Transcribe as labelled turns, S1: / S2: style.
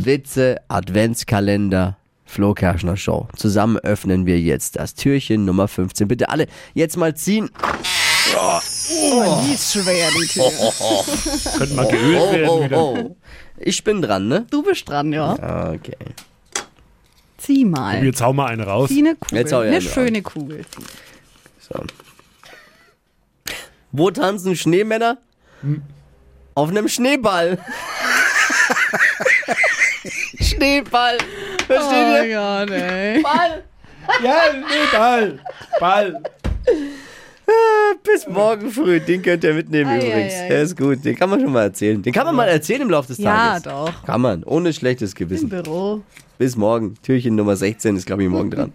S1: Witze, Adventskalender, Flo Kerschner Show. Zusammen öffnen wir jetzt das Türchen Nummer 15. Bitte alle jetzt mal ziehen.
S2: Oh, die ist schwer, die Tür.
S3: Könnte mal geölt
S1: Oh,
S3: werden
S1: oh,
S3: wieder.
S1: oh. Ich bin dran, ne?
S2: Du bist dran, ja.
S1: Okay.
S2: Zieh mal.
S3: Jetzt hau mal einen raus.
S2: Zieh eine Kugel.
S1: Jetzt hau ich
S2: eine
S1: eine raus.
S2: schöne Kugel.
S1: So. Wo tanzen Schneemänner?
S2: Hm.
S1: Auf einem Schneeball. Schneeball. Versteht ihr?
S2: Oh Gott, ey.
S3: Ja, nee, Ball. Ball.
S1: Ah, Bis morgen früh. Den könnt ihr mitnehmen
S2: Ei,
S1: übrigens.
S2: ei, ei.
S1: Der ist gut. Den kann man schon mal erzählen. Den kann man mal erzählen im Laufe des
S2: Ja,
S1: Tages.
S2: doch.
S1: Kann man. Ohne schlechtes
S2: Im
S1: Gewissen.
S2: Büro.
S1: Bis morgen. Türchen Nummer 16 ist, glaube ich, morgen dran.